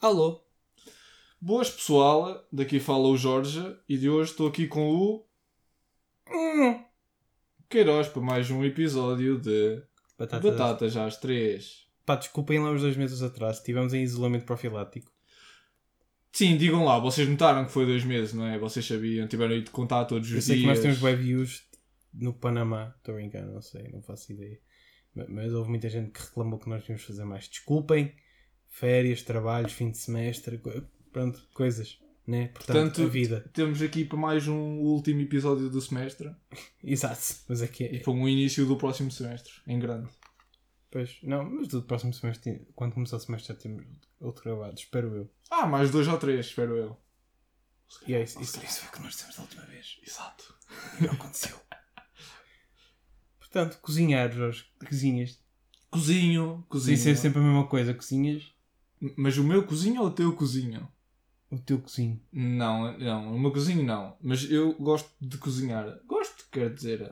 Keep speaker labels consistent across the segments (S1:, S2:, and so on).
S1: Alô?
S2: Boas pessoal, daqui fala o Jorge e de hoje estou aqui com o Queiroz para mais um episódio de
S1: Batata.
S2: Batatas às 3.
S1: Pá, desculpem lá os dois meses atrás. Estivemos em isolamento profilático.
S2: Sim, digam lá, vocês notaram que foi dois meses, não é? Vocês sabiam, tiveram aí de contar todos os
S1: Eu sei
S2: dias.
S1: que nós temos web views no Panamá. Estou a brincar, não sei, não faço ideia. Ma- Mas houve muita gente que reclamou que nós tínhamos de fazer mais. Desculpem. Férias, trabalhos, fim de semestre, co- pronto, coisas. Né? Portanto,
S2: Portanto,
S1: a vida.
S2: Temos aqui para mais um último episódio do semestre
S1: Exato. Mas é que
S2: e
S1: é.
S2: para um início do próximo semestre, em grande.
S1: Pois, não, mas do próximo semestre, quando começar o semestre, já temos outro gravado, espero eu.
S2: Ah, mais dois ou três, espero eu.
S1: E é isso, isso, isso foi o que nós dissemos da última vez.
S2: Exato.
S1: Não aconteceu. Portanto, cozinhar, Jorge, cozinhas.
S2: Cozinho, cozinho.
S1: Isso é sempre a mesma coisa, cozinhas,
S2: Mas o meu cozinho ou o teu cozinho?
S1: o teu cozinho.
S2: Não, não, o meu cozinho não. Mas eu gosto de cozinhar. Gosto, quer dizer.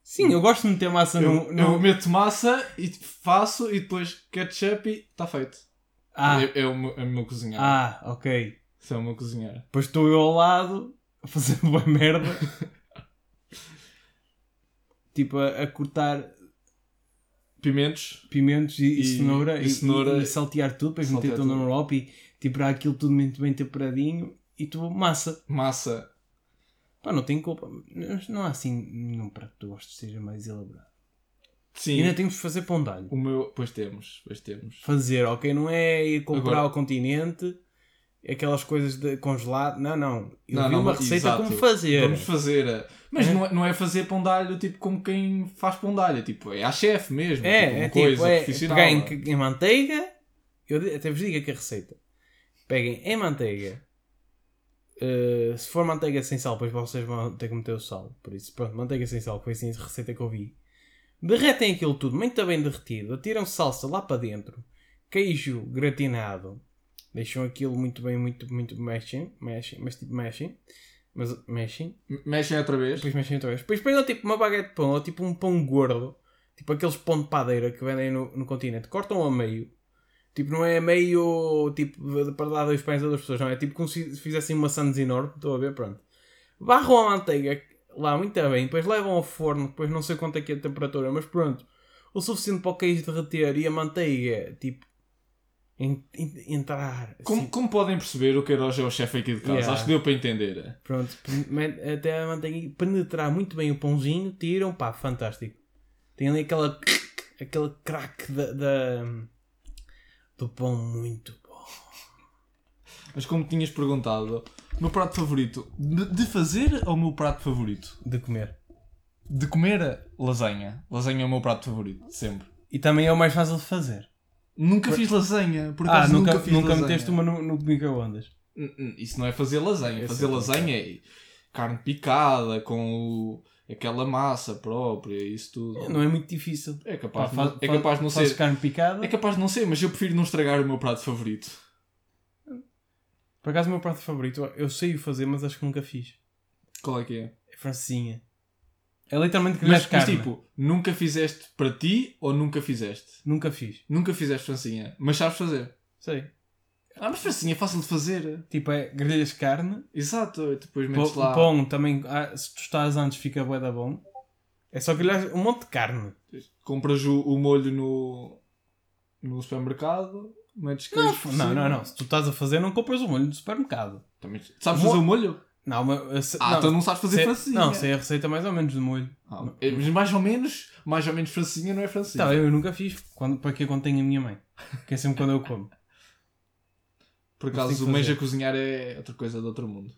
S1: Sim, eu gosto de meter massa
S2: Eu,
S1: no...
S2: eu meto massa e faço e depois ketchup e está feito.
S1: Ah,
S2: É, é o meu, é o meu cozinhar.
S1: ah, ok.
S2: Isso é o meu cozinhar.
S1: Depois estou eu ao lado, a fazer boa merda. tipo, a, a cortar
S2: Pimentos.
S1: pimentos e, e
S2: E-
S1: cenoura,
S2: e
S1: e,
S2: cenoura.
S1: e saltear tudo, depois meter
S2: Saltear
S1: tudo no
S2: tudo.
S1: envelope e tipo, há aquilo tudo muito bem temperadinho e tu massa.
S2: Massa.
S1: Pá, não tenho culpa. Mas Não há assim nenhum prato que tu gostes que seja mais elaborado. E
S2: Sim.
S1: ainda temos de fazer pão de alho.
S2: O meu. Pois temos, pois temos.
S1: Fazer, ok? Não é ir comprar
S2: Agora-
S1: ao continente aquelas coisas de congelado. Não, não. Eu
S2: Não,
S1: vi
S2: não,
S1: uma
S2: mas-
S1: receita
S2: exato.
S1: como fazer.
S2: Vamos fazer. a- Mas
S1: É.
S2: Não, é, não é fazer pão de alho tipo como quem faz pão de alho. Tipo, é a chefe mesmo.
S1: É,
S2: tipo, uma
S1: é tipo,
S2: coisa
S1: é
S2: profissional.
S1: pegar em, em manteiga. Eu di- até vos digo aqui a receita. Peguem em manteiga. Uh, se for manteiga sem sal, depois vocês vão ter que meter o sal. Por isso, pronto, manteiga sem sal, foi assim a receita que eu vi. Derretem aquilo tudo muito bem derretido. Atiram salsa lá para dentro. Queijo gratinado. Deixam aquilo muito bem, muito, muito mexem, mexem, mas tipo mexem. Mas mexem.
S2: Mexem outra vez.
S1: Depois mexem outra vez. Depois pegam tipo uma baguete de pão ou tipo um pão gordo, tipo aqueles pão de padeira que vendem no, no continente, cortam a meio. Tipo, não é a meio tipo de- para dar dois pães a duas pessoas, não é? Tipo como se fizessem uma sandes enorme, estou a ver, pronto. Barram a manteiga lá muito bem, depois levam ao forno, depois não sei quanto é que é a temperatura, mas pronto, o suficiente para o queijo derreter e a manteiga, tipo, en- en- entrar.
S2: Como,
S1: assim,
S2: como podem perceber, o Queiroz é o chefe aqui de casa.
S1: Yeah.
S2: Acho que deu para entender.
S1: Pronto, met- até a manteiga penetrar muito bem o pãozinho, tiram, pá, fantástico. Tem ali aquela, aquele crack da, da- do pão muito bom.
S2: Mas como tinhas perguntado, o meu prato favorito de de fazer ou o meu prato favorito?
S1: De comer.
S2: De comer lasanha. Lasanha é o meu prato favorito, sempre.
S1: E também é o mais fácil de fazer.
S2: Nunca fiz lasanha, por
S1: Ah,
S2: acaso
S1: nunca,
S2: nunca fiz
S1: nunca
S2: lasanha.
S1: meteste uma no, no microondas.
S2: Hum, hum, Isso não é fazer lasanha.
S1: Eu
S2: fazer
S1: sei,
S2: lasanha é carne picada com o- aquela massa própria, isso tudo.
S1: Não é muito difícil.
S2: É capaz,
S1: Pá,
S2: de-
S1: fa-
S2: é capaz de não
S1: fa- fazes
S2: ser.
S1: carne picada.
S2: É capaz de não ser, mas eu prefiro não estragar o meu prato favorito.
S1: Por acaso, o meu prato favorito, eu sei o fazer, mas acho que nunca fiz.
S2: Qual é que é?
S1: É francesinha. É literalmente grelhar
S2: Mas,
S1: de
S2: mas
S1: carne.
S2: tipo, nunca fizeste para ti ou nunca fizeste?
S1: Nunca fiz.
S2: Nunca fizeste francinha, mas sabes fazer.
S1: Sei.
S2: Ah, mas francinha é fácil de fazer.
S1: Tipo, é grelhas de carne.
S2: Exato, e depois metes
S1: O
S2: lá.
S1: pão também, ah, se tu estás antes, fica bué da bom. É só grelhar um monte de carne.
S2: Compras o, o molho no, no supermercado, metes queijo por
S1: Não,
S2: cima.
S1: não, não. Se tu estás a fazer, não compras o molho do supermercado.
S2: Também- sabes
S1: Mo-
S2: fazer o molho?
S1: Não, mas... se-
S2: Ah,
S1: não,
S2: então não assim, é. sabes fazer
S1: sei-
S2: francinha.
S1: Não, sei a receita mais ou menos de molho.
S2: Ah, é, mas mais ou menos, mais ou menos francinha não é francinha.
S1: Tá, eu nunca fiz. Quando, para que eu contenho a minha mãe. Que é sempre quando eu como.
S2: Por
S1: mas tem que
S2: acaso, o mês
S1: fazer.
S2: a cozinhar é outra coisa de outro mundo.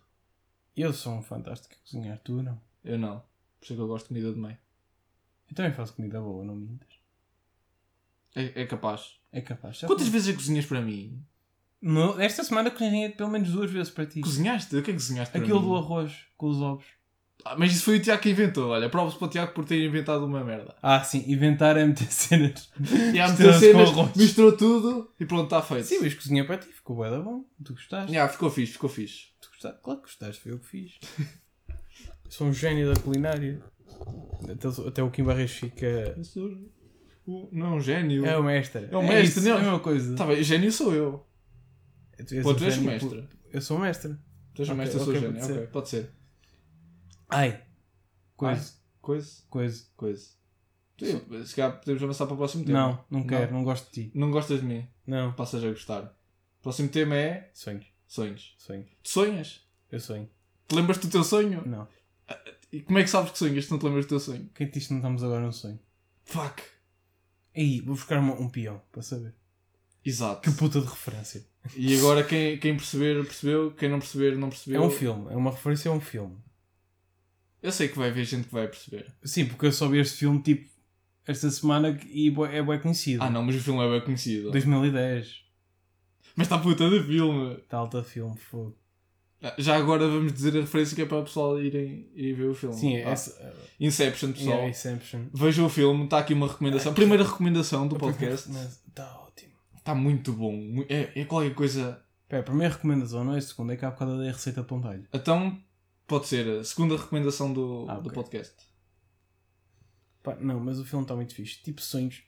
S1: Eu sou um fantástico a cozinhar. Tu não.
S2: Eu não. Por isso é que eu gosto de comida de mãe.
S1: Eu também faço comida boa, não mintas.
S2: É, é capaz.
S1: É capaz. Já
S2: Quantas
S1: fiz.
S2: vezes é que cozinhas para mim?
S1: No- esta semana cozinhei pelo menos duas vezes para ti.
S2: Cozinhaste? O que é que cozinhaste para
S1: Aquilo
S2: mim?
S1: do arroz com os ovos.
S2: Ah, mas isso foi o Tiago que inventou. Olha, provas para o Tiago por ter inventado uma merda.
S1: Ah, sim. Inventar é meter cenas.
S2: E há meteu
S1: Misturou-se
S2: cenas,
S1: com arroz.
S2: misturou tudo e pronto, está feito.
S1: Sim, mas cozinha para ti, ficou bué da bom. Tu gostaste?
S2: Já, ficou fixe, ficou fixe.
S1: Tu gostaste? Claro que gostaste, foi eu que fiz. Sou um gênio da culinária. Até, até o Kim Barreiros fica.
S2: Não, gênio.
S1: É o mestre.
S2: É o mestre,
S1: isso,
S2: não
S1: É a mesma coisa.
S2: Tá bem, gênio sou eu.
S1: Tu és
S2: Pô,
S1: o
S2: tu és o
S1: gênio,
S2: mestre.
S1: pô. Eu sou o mestre.
S2: Tu és o
S1: Ok,
S2: mestre, eu sou o
S1: ok,
S2: gênio.
S1: pode ser.
S2: Ok, pode ser.
S1: Ai. Coisa.
S2: Coisa,
S1: Coisa.
S2: coisa. Tu, se calhar podemos avançar para o próximo tema.
S1: Não, não quero, não. gosto de ti.
S2: Não gostas de mim?
S1: Não.
S2: Passas a gostar. Próximo tema é
S1: Sonhos.
S2: sonhos.
S1: Sonhos.
S2: Tu sonhas?
S1: Eu sonho.
S2: Te lembras do teu sonho?
S1: Não.
S2: E como é que sabes que sonhas se não te lembras do teu sonho?
S1: Quem te disse que não estamos agora num sonho?
S2: Fuck.
S1: Aí, vou buscar uma- um peão para saber.
S2: Exato.
S1: Que puta de referência.
S2: E agora quem, quem perceber, percebeu. Quem não perceber, não
S1: É
S2: percebeu.
S1: um filme, é uma referência a um filme.
S2: Eu sei que vai haver gente que vai perceber.
S1: Sim, porque eu só vi este filme tipo esta semana que- e bué- é bem conhecido.
S2: Ah não, mas o filme é bem conhecido.
S1: 2010.
S2: Mas está puta de filme.
S1: Está tá alta filme, fogo.
S2: Ah, Já agora vamos dizer a referência que é para o pessoal irem, irem ver o filme.
S1: Sim, é
S2: Ah,
S1: essa.
S2: Inception, pessoal.
S1: é Inception.
S2: Vejam o filme, está aqui uma recomendação. Primeira recomendação do podcast.
S1: Está tá ótimo.
S2: Está muito bom. mu- É, é qualquer coisa.
S1: Pera, a primeira recomendação não é a segunda, é que há bocado da receita de pontalho.
S2: Então, pode ser a segunda recomendação do,
S1: Ah,
S2: do
S1: ok.
S2: podcast.
S1: Pá, não, mas o filme está muito fixe. Tipo sonhos.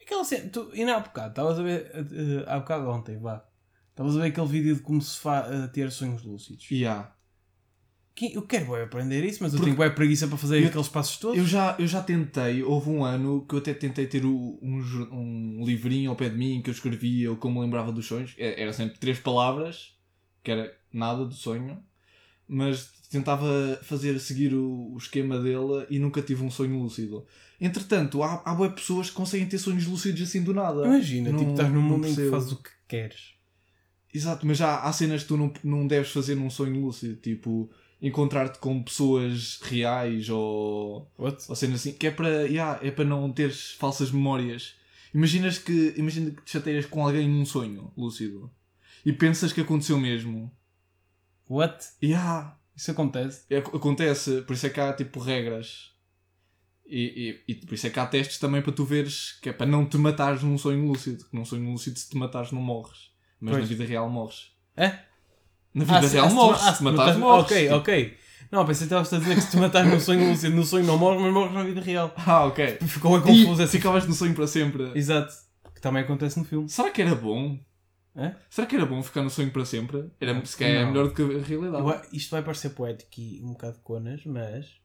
S1: Aquela cena. Tu, ainda há bocado, estavas a ver. eh, há bocado ontem, vá. Estavas a ver aquele vídeo de como se faz a ter sonhos lúcidos.
S2: E há.
S1: Que- Eu quero bué aprender isso, mas eu
S2: Porque-
S1: tenho bué preguiça para fazer
S2: Eu-
S1: aqueles passos todos.
S2: Eu já, eu já tentei, houve um ano que eu até tentei ter o- um, jor- um livrinho ao pé de mim que eu escrevia ou como lembrava dos sonhos. É- Era sempre três palavras, que era nada do sonho, mas tentava fazer seguir o, o esquema dele e nunca tive um sonho lúcido. Entretanto, há, há boas pessoas que conseguem ter sonhos lúcidos assim do nada.
S1: Imagina,
S2: Não-
S1: tipo, estás num
S2: não
S1: mundo em que
S2: percebo.
S1: fazes o que queres.
S2: Exato, mas já há cenas que tu não, não deves fazer num sonho lúcido, tipo encontrar-te com pessoas reais ou,
S1: What?
S2: ou cenas assim, que é para yeah, é para não teres falsas memórias. Imaginas que, imagina que te chateias com alguém num sonho lúcido e pensas que aconteceu mesmo.
S1: What?
S2: Yeah,
S1: Isso acontece?
S2: é- acontece, por isso é que há tipo regras. E, e, e por isso é que há testes também para tu veres que é para não te matares num sonho lúcido. Que num sonho lúcido, se te matares, não morres, mas
S1: Pois.
S2: na vida real morres.
S1: É?
S2: Na vida
S1: ah,
S2: real morres, se matares, morres.
S1: Ok, ok. Não, pensei que estavas a dizer que se te matares num sonho lúcido, no sonho não morres, mas morres na vida real.
S2: Ah, ok.
S1: Ficou bem confuso
S2: Confuso,
S1: assim.
S2: ficavas no sonho para sempre.
S1: Exato. Que também acontece no filme.
S2: Será que era bom?
S1: Hã?
S2: Será que era bom ficar no sonho para sempre? Era, se calhar
S1: Não.
S2: é melhor do que a realidade.
S1: Eu a- isto vai parecer poético e um bocado conas, mas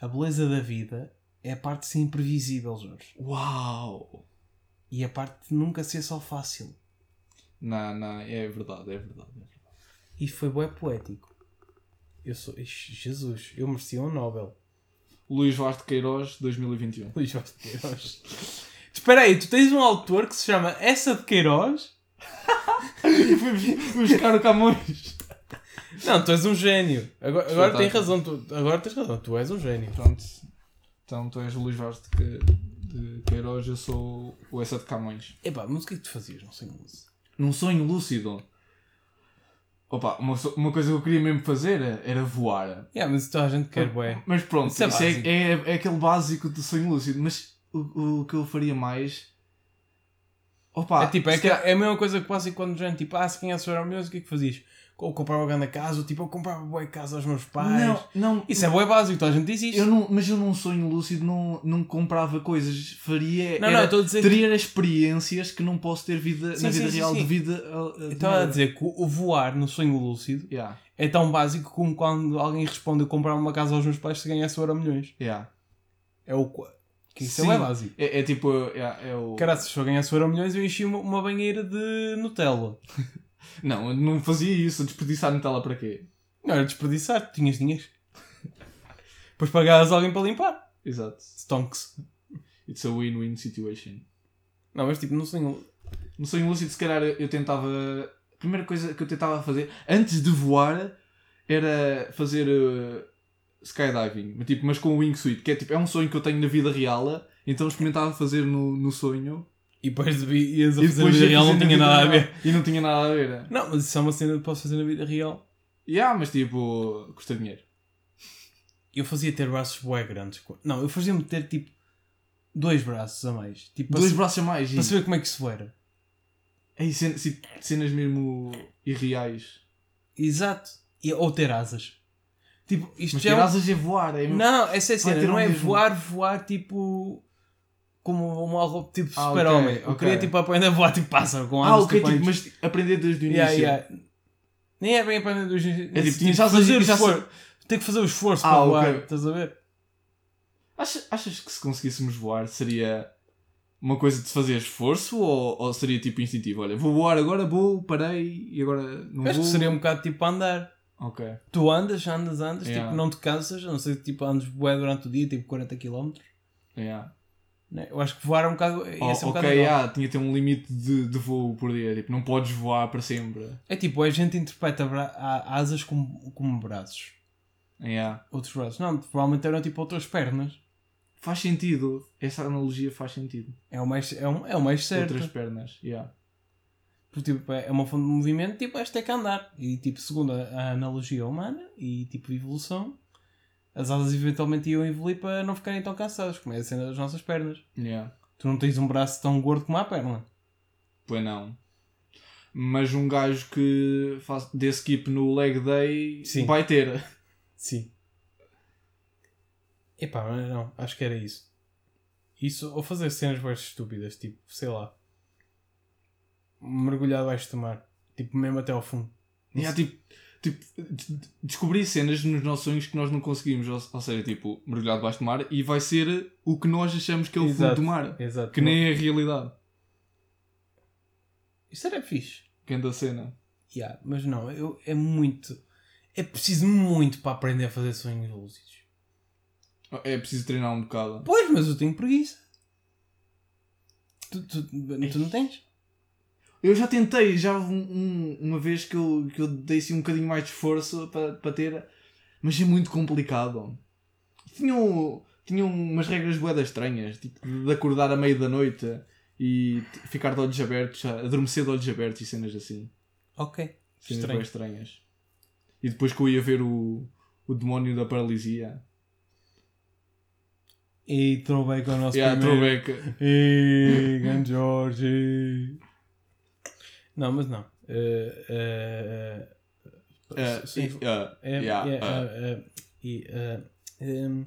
S1: a beleza da vida é a parte de ser imprevisível, Jorge.
S2: Uau!
S1: E a parte de nunca ser só fácil.
S2: Não, não, é verdade, é verdade. é verdade.
S1: E foi bué poético. Eu sou. Ixi, Jesus, eu merecia um Nobel.
S2: Luís Vaz de Queiroz, 2021.
S1: Luís Vaz de Queiroz. Espera aí, tu tens um autor que se chama Essa de Queiroz?
S2: Fui buscar o Camões.
S1: Não, tu és um gênio. Agora, agora tens
S2: Espetáculo.
S1: razão, tu, agora tens razão, tu és um gênio.
S2: Pronto. Então tu és o Luís Vaz de, Que- de Queiroz, eu sou o Essa de Camões.
S1: Epá, mas o que é que tu fazias? Não sei luz.
S2: Num sonho lúcido. Opa, uma, so- uma coisa que eu queria mesmo fazer era- era voar.
S1: Yeah, mas toda a gente quer bué.
S2: Mas pronto, isso
S1: Isso é
S2: é,
S1: básico.
S2: é, é aquele básico do sonho lúcido. Mas o, o que eu faria mais. Opa,
S1: é tipo, é,
S2: se
S1: que-
S2: calhar-
S1: é a mesma coisa que quase quando já tipo, ah, se conheces o Euromusic, o que é que fazias? Ou comprava grande casa, ou tipo, eu comprava boa casa aos meus pais.
S2: Não, não.
S1: Isso é boa básico, toda a gente diz isto.
S2: eu não mas eu num sonho lúcido não, não comprava coisas. Faria.
S1: não,
S2: era-
S1: não, eu estou a dizer
S2: teria experiências que não posso ter vida,
S1: Sim,
S2: na
S1: sim,
S2: vida eh,
S1: sim,
S2: real
S1: sim.
S2: devido a.
S1: que, eu estava a dizer que o voar no sonho lúcido
S2: Yeah,
S1: é tão básico como quando alguém responde eu comprava uma casa aos meus pais se ganhasse o Euromilhões.
S2: yeah.
S1: É o qu- que isso é
S2: Sim.
S1: bué básico.
S2: É, é tipo. yeah, é o...
S1: Caraca, se eu ganhasse o Euromilhões eu enchia uma, uma banheira de Nutella.
S2: Não, eu não fazia isso. Desperdiçar Nutella para quê?
S1: Não era desperdiçar, tu tinhas dinheiro. Depois pagavas alguém para limpar.
S2: Exato.
S1: Stonks.
S2: It's a win-win situation.
S1: Não, mas tipo, no sonho.
S2: No sonho lúcido, se calhar, eu tentava. A primeira coisa que eu tentava fazer antes de voar era fazer eh, skydiving, mas, tipo, mas com o wingsuit, que é, tipo, é um sonho que eu tenho na vida real, então experimentava fazer no, no sonho.
S1: E depois ias a
S2: e
S1: fazer na
S2: depois
S1: vida
S2: ia
S1: real,
S2: fazer
S1: não
S2: na
S1: tinha
S2: vida
S1: nada a
S2: real.
S1: ver.
S2: E não tinha nada a ver.
S1: Não, mas isso é uma cena que posso fazer na vida real.
S2: E ah, mas tipo, custa dinheiro.
S1: Eu fazia ter braços bué grandes. Não, eu fazia-me ter tipo dois braços a mais. Tipo, para,
S2: Dois
S1: se-
S2: braços a mais. e-
S1: para saber como é que isso era.
S2: Aí, cen- ci- cenas mesmo irreais.
S1: Exato. E, ou ter asas. Tipo, isto
S2: Mas
S1: já é um-
S2: tirar asas é voar, é mesmo-
S1: Não, essa é a cena.
S2: ter
S1: Não
S2: um
S1: é
S2: mesmo.
S1: voar, voar tipo. como um algo tipo
S2: Ah,
S1: super-homem.
S2: ok,
S1: Eu queria
S2: ok.
S1: tipo aprender a voar tipo pássaro com
S2: Ah,
S1: asas.
S2: ok,
S1: tipo,
S2: tipo,
S1: antes-
S2: mas aprender desde o início.
S1: Yeah, yeah. Nem é bem aprender dos início.
S2: É tipo,
S1: Tem que
S2: já sabes-
S1: fazer o
S2: já
S1: esforço.
S2: sabes-
S1: Tem que fazer o esforço
S2: Ah,
S1: para
S2: ok.
S1: voar, estás a ver?
S2: Achas, achas que se conseguíssemos voar seria uma coisa de se fazer esforço ou, ou seria tipo instintivo? Olha, vou voar agora, vou, parei e agora não
S1: Acho
S2: vou.
S1: que seria um bocado tipo andar.
S2: Ok.
S1: Tu andas, andas, andas,
S2: Yeah.
S1: tipo, não te cansas, a não ser que tipo, andes bué durante o dia, tipo 40 km.
S2: Yeah.
S1: Né? Eu acho que voar é um bocado. Ia
S2: Oh,
S1: ser um
S2: ok,
S1: bocado igual.
S2: yeah, tinha de ter um limite de, de voo por dia. Tipo, não podes voar para sempre.
S1: É tipo, a gente interpreta bra- a- asas como, como braços.
S2: Yeah.
S1: Outros braços. Não, provavelmente eram tipo outras pernas.
S2: Faz sentido. Essa analogia faz sentido.
S1: É o mais, é o, é o mais certo.
S2: Outras pernas. Yeah.
S1: Porque, tipo, é uma fonte de movimento, tipo, esta tem que andar. E, tipo, segundo a, a analogia humana e, tipo, evolução, as asas eventualmente iam evoluir para não ficarem tão cansadas, como é a cena das nossas pernas.
S2: Yeah.
S1: Tu não tens um braço tão gordo como a perna.
S2: Pois não. Mas um gajo que faz, dê skip no leg day
S1: Sim.
S2: vai ter.
S1: Sim. Epá, mas não, acho que era isso. Isso, ou fazer cenas mais estúpidas, tipo, sei lá. Mergulhar debaixo do mar. Tipo, mesmo até ao fundo.
S2: E há, tipo, tipo, de- de- descobrir cenas nos nossos sonhos que nós não conseguimos. Ou, ou seja, tipo, mergulhar debaixo do mar e vai ser o que nós achamos que é o fundo
S1: Exato.
S2: do mar.
S1: Exato.
S2: Que nem é a realidade.
S1: Isso era fixe.
S2: Que é da cena.
S1: Yeah, mas não, eu, é muito. É preciso muito para aprender a fazer sonhos lúcidos.
S2: É preciso treinar um bocado.
S1: Pois, mas eu tenho preguiça. Tu, tu, tu não tens?
S2: Eu já tentei, já houve um- um- uma vez que eu, que eu dei assim um bocadinho mais de esforço para para ter, mas é muito complicado. Tinham, tinham umas regras boedas estranhas, tipo de acordar a meio da noite e t- ficar de olhos abertos, a- adormecer de olhos abertos e cenas assim.
S1: Ok.
S2: Cenas
S1: Estranho.
S2: bué estranhas. E depois que eu ia ver o, o demónio da paralisia.
S1: E throwback ao nosso
S2: E yeah,
S1: primeiro.
S2: throwback.
S1: E grande Jorge. Não, mas não. Eh, eh,
S2: Ah,
S1: Sim.
S2: e- ah,
S1: eh,
S2: yeah,
S1: eh,
S2: ah,
S1: eh, eh, e, eh, em,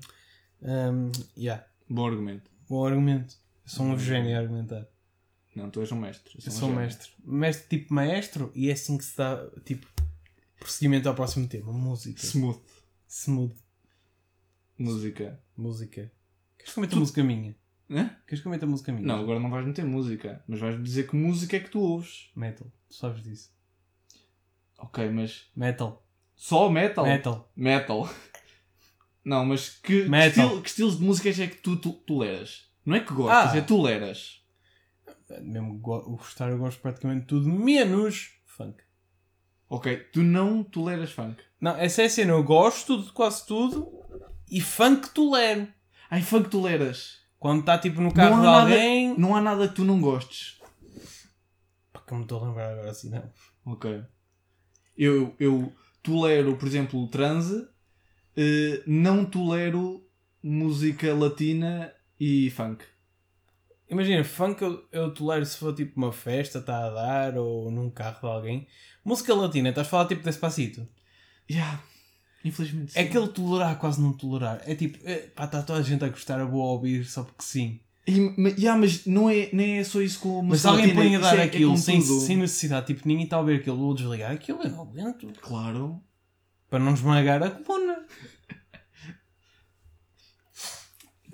S1: em, yeah.
S2: Bom argumento.
S1: Bom argumento. Eu sou
S2: Hum.
S1: um gênio a argumentar.
S2: Não, tu és um mestre.
S1: Eu
S2: um
S1: sou
S2: gênio.
S1: mestre. Mestre tipo maestro e é assim que se dá tipo prosseguimento ao próximo tema. Música.
S2: Smooth.
S1: Smooth.
S2: Música.
S1: Música. Queres comentar a música minha?
S2: Hã?
S1: Queres comentar a música minha?
S2: Não, agora não vais meter música, mas vais dizer que música é que tu ouves.
S1: Metal. Tu sabes disso.
S2: Ok, mas
S1: Metal.
S2: só metal?
S1: Metal.
S2: Metal. Não, mas que, que
S1: Metal.
S2: estilo- que estilos de músicas é que tu, tu toleras? Não é que gostas,
S1: Ah.
S2: é toleras.
S1: Eh, Mesmo go- gostar, eu gosto praticamente de tudo, menos funk.
S2: Ok, tu não toleras funk.
S1: Não, essa é a cena. Eu gosto de quase tudo e funk tolero.
S2: Ai, funk toleras.
S1: Quando está tipo no carro
S2: há
S1: de
S2: nada-
S1: alguém.
S2: Não há nada que tu não gostes.
S1: Pá, que eu me estou a lembrar agora assim, não.
S2: Ok. Eu, eu tolero, por exemplo, o transe, eh, não tolero música latina e funk.
S1: Imagina, funk eu, eu tolero se for tipo uma festa, está a dar, ou num carro de alguém. Música latina, estás a falar tipo despacito.
S2: Yeah. Infelizmente sim.
S1: É aquele tolerar, quase não tolerar. É tipo, eh, pá, está toda a gente a gostar, eu vou ouvir só porque sim.
S2: E, ma- yeah, mas não é, nem é só isso com
S1: Mas se
S2: música
S1: alguém
S2: latina.
S1: põe a
S2: isso
S1: dar
S2: é- é
S1: aquilo
S2: com
S1: sem,
S2: tudo.
S1: sem necessidade, tipo, ninguém está a ouvir aquilo, vou desligar aquilo, é não aguento.
S2: Claro.
S1: Para não esmagar a coluna.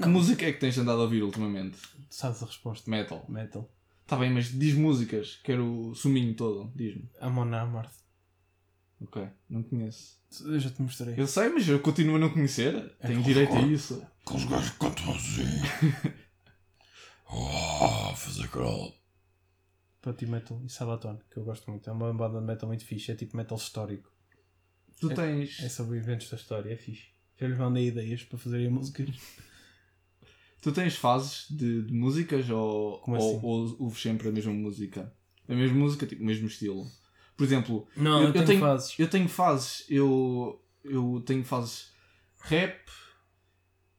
S2: Que música é que tens andado a ouvir ultimamente?
S1: Tu sabes a resposta.
S2: Metal.
S1: Metal.
S2: Está bem, mas diz músicas. Quero o suminho todo. Diz-me.
S1: Amon Amarth.
S2: Ok. Não conheço.
S1: Eu já te mostrei.
S2: Eu sei, mas eu continuo a não conhecer.
S1: É
S2: Tenho direito a isso.
S3: Aqueles gajos que cantam assim. Ah, fazer crawl.
S1: Para ti, Metal e Sabaton, que eu gosto muito. É uma banda de metal muito fixe, é tipo metal histórico.
S2: Tu tens.
S1: É sobre eventos da história, é fixe. Já lhes mandei ideias para fazerem músicas.
S2: Tu tens fases de, de músicas ou,
S1: Como
S2: ou,
S1: assim?
S2: ou ouves sempre a mesma música? A mesma música, tipo, o mesmo estilo. Por exemplo,
S1: Não,
S2: eu
S1: eu, tenho,
S2: tenho-
S1: fases.
S2: eu tenho fases, eu, eu tenho fases rap,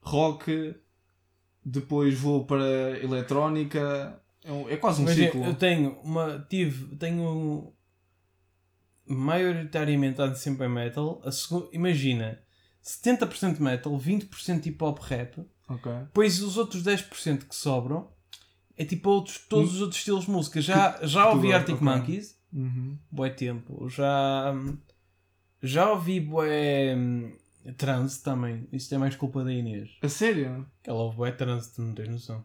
S2: rock, depois vou para eletrónica, é, um- é quase um
S1: Mas eu,
S2: ciclo.
S1: eu tenho uma. Tive. Tenho. um, Maioritariamente ando sempre em metal. A segu- imagina 70% metal, 20% hip hop rap,
S2: Ok.
S1: Pois os outros 10% que sobram é tipo outros, todos os outros estilos de música. Já, já
S2: Hum. que
S1: ouvi
S2: tu-
S1: Arctic
S2: ok.
S1: Monkeys,
S2: Uhum.
S1: bué tempo. Já, hum, já ouvi bué hum, trance também. Isso é mais culpa da Inês.
S2: A sério?
S1: Ela ouve bué trance, tu não tens noção.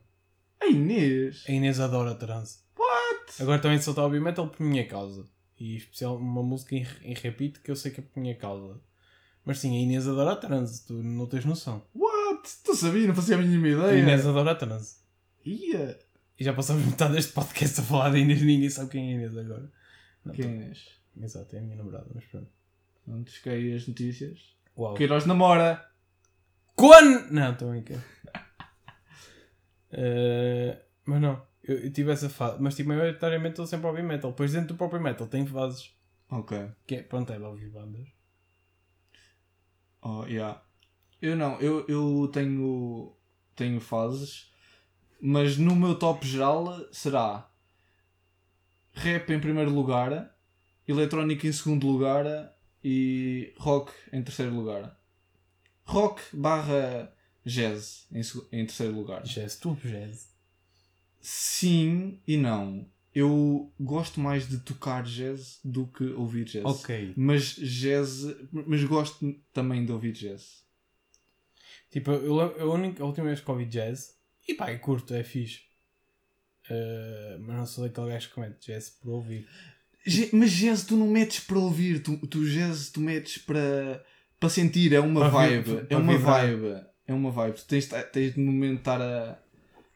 S2: A Inês?
S1: A Inês adora trance. What? Agora também só está a ouvir metal por minha causa. E especial uma música em, em repeat que eu sei que é por minha causa. Mas sim, a Inês adora trance, tu não tens noção.
S2: What? Tu sabia? Não fazia a mínima
S1: A
S2: ideia.
S1: Inês adora trance.
S2: Ia.
S1: E já passamos metade deste podcast a falar da Inês, ninguém sabe quem é a Inês agora. Não,
S2: Quem é Inês?
S1: tô- Exato, é a minha namorada, mas pronto.
S2: Não te esquei as notícias.
S1: Uau.
S2: Queiroz namora.
S1: Con... Não, estou a brincar. Eh, mas não, eu, eu tive essa fase. Mas tipo, maioritariamente estou sempre a ouvir metal. Depois dentro do próprio metal tem fases.
S2: Ok.
S1: Que é, pronto, é de ouvir bandas.
S2: Oh, yeah. Eu não, eu, eu tenho, tenho fases, mas no meu top geral será rap em primeiro lugar, eletrónica em segundo lugar e rock em terceiro lugar. Rock barra jazz em, segu- em terceiro lugar.
S1: Jazz, tu ouves jazz.
S2: Sim e não. Eu gosto mais de tocar jazz do que ouvir jazz.
S1: Ok.
S2: Mas jazz, mas gosto também de ouvir jazz.
S1: Tipo, eu, lem- eu a, única, a última vez que ouvi jazz, e pá, é curto, é fixe. Eh, mas não sou daquele gajo que comete jazz por ouvir.
S2: Ge- Mas jazz tu não metes para ouvir, tu, tu jazz tu metes para, para sentir, é uma
S1: Para vi-
S2: vibe, é
S1: para
S2: uma
S1: vibrar.
S2: vibe, é uma vibe. Tu tens, de- tens de no momento de estar a.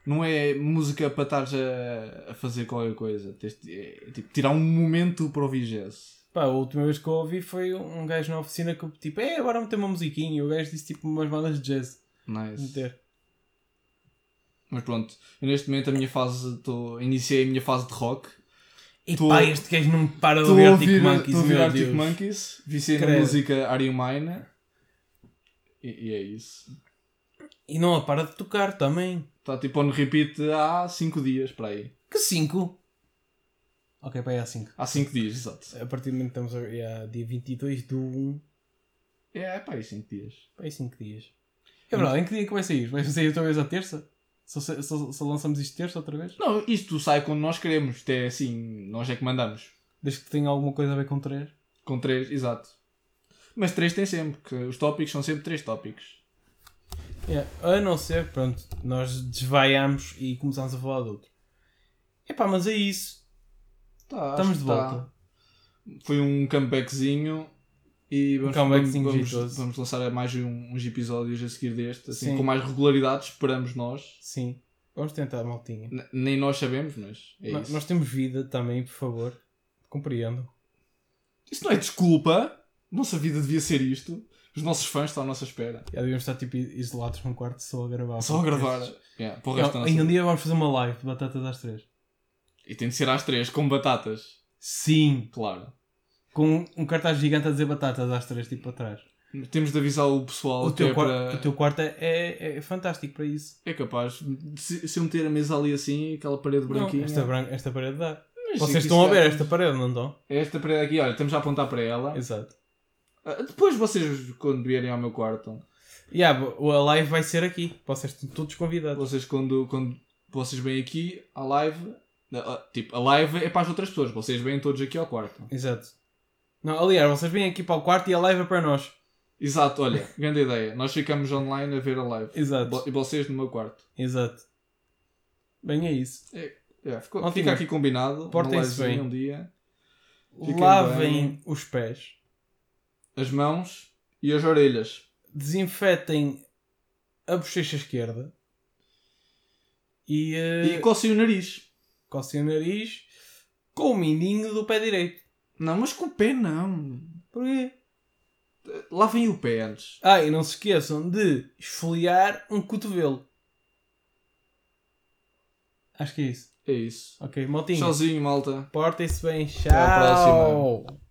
S2: Não é música para estares a, a fazer qualquer coisa, tens de, é, tipo, tirar um momento para ouvir jazz.
S1: Pá, a última vez que eu ouvi foi um gajo na oficina que eu tipo, é, agora meter uma musiquinha. E o gajo disse tipo umas bandas de jazz.
S2: Nice.
S1: Meter.
S2: Mas pronto, eu neste momento a minha fase, tô, iniciei a minha fase de rock.
S1: E
S2: Tô-
S1: pá, este gajo não me para de
S2: Estou
S1: ouvir
S2: a
S1: Arctic
S2: ouvir,
S1: Monkeys,
S2: tô a ouvir
S1: meu
S2: Arctic
S1: Deus.
S2: Monkeys, vicei na
S1: Credo.
S2: música Are You Mine? E- e é isso.
S1: E não a para de tocar também.
S2: Está tipo on repeat há 5 dias para aí.
S1: Que 5? Ok, pá, é a 5.
S2: Há 5 dias, exato.
S1: A partir do momento que estamos a... é a dia 22 do 1,
S2: É, é para aí 5 dias.
S1: pá, é 5 dias. É verdade, em que dia que vai sair? Vai sair outra vez à terça? Só, se- só, só lançamos isto terça outra vez?
S2: Não, isto sai quando nós queremos. Isto é assim, nós é que mandamos.
S1: Desde que tenha alguma coisa a ver com 3.
S2: Com 3, exato. Mas 3 tem sempre, que os tópicos são sempre 3 tópicos.
S1: Yeah. É, A não ser, pronto, nós desvaiámos e começámos a falar de outro. Epá, mas é isso.
S2: Tá, acho
S1: Estamos de
S2: que tá.
S1: volta.
S2: Foi um comebackzinho. E vamos,
S1: Um comebackzinho
S2: vamos, vamos,
S1: jeitoso.
S2: vamos lançar mais um- uns episódios a seguir deste, assim,
S1: Sim.
S2: com mais regularidade, esperamos nós.
S1: Sim. Vamos tentar, maltinha.
S2: N- nem nós sabemos, mas é
S1: Ma-
S2: isso.
S1: Nós temos vida também, por favor. Compreendo.
S2: Isso não é desculpa. Nossa vida devia ser isto. Os nossos fãs estão à nossa espera.
S1: Já devíamos estar tipo isolados num quarto só a gravar.
S2: Só a gravar. Yeah, para o resto da
S1: Não,
S2: nossa
S1: em um
S2: vida.
S1: dia vamos fazer uma live de batatas às três.
S2: E tem de ser às três, com batatas.
S1: Sim.
S2: Claro.
S1: Com um cartaz gigante a dizer batatas às três, tipo atrás.
S2: Temos de avisar o pessoal
S1: O
S2: que
S1: teu,
S2: é,
S1: quar-
S2: para-
S1: o teu quarto é, é- é fantástico para isso.
S2: é capaz. Se, se eu meter a mesa ali assim, aquela parede
S1: Não,
S2: branquinha.
S1: esta, bran- esta parede dá.
S2: Mas
S1: Vocês
S2: aqui
S1: estão a
S2: se
S1: ver
S2: calhar-
S1: esta parede, não estão?
S2: Esta parede aqui, olha, estamos a apontar para ela.
S1: Exato.
S2: Ah, Depois vocês, quando vierem ao meu quarto,
S1: Yeah, bo- a live vai ser aqui. Vocês estão todos convidados.
S2: vocês quando, quando vocês vêm aqui, a live. ah, ah, Tipo, a live é para as outras pessoas, vocês vêm todos aqui ao quarto.
S1: Exato. Não, aliás, vocês vêm aqui para o quarto e a live é para nós.
S2: Exato, olha, grande ideia. Nós ficamos online a ver a live.
S1: Exato.
S2: Bo- E vocês no meu quarto.
S1: Exato. Bem, é isso.
S2: É, ficou-
S1: Ótimo.
S2: fica aqui combinado. uma
S1: Portem-se
S2: livezinha
S1: bem.
S2: Um dia. Fiquem
S1: Lavem
S2: bem.
S1: os pés.
S2: As mãos e as orelhas.
S1: Desinfetem a bochecha esquerda. E,
S2: E
S1: eh,
S2: cocem o nariz.
S1: cocem o nariz com o mindinho do pé direito.
S2: Não, mas com o pé não.
S1: Porquê?
S2: Lavem o pé antes.
S1: Ah, e não se esqueçam de esfoliar um cotovelo. é Acho que é isso.
S2: É isso.
S1: Ok, maltinho.
S2: É Tchauzinho, malta.
S1: Portem-se bem. Tchau.
S2: à próxima.
S1: próxima.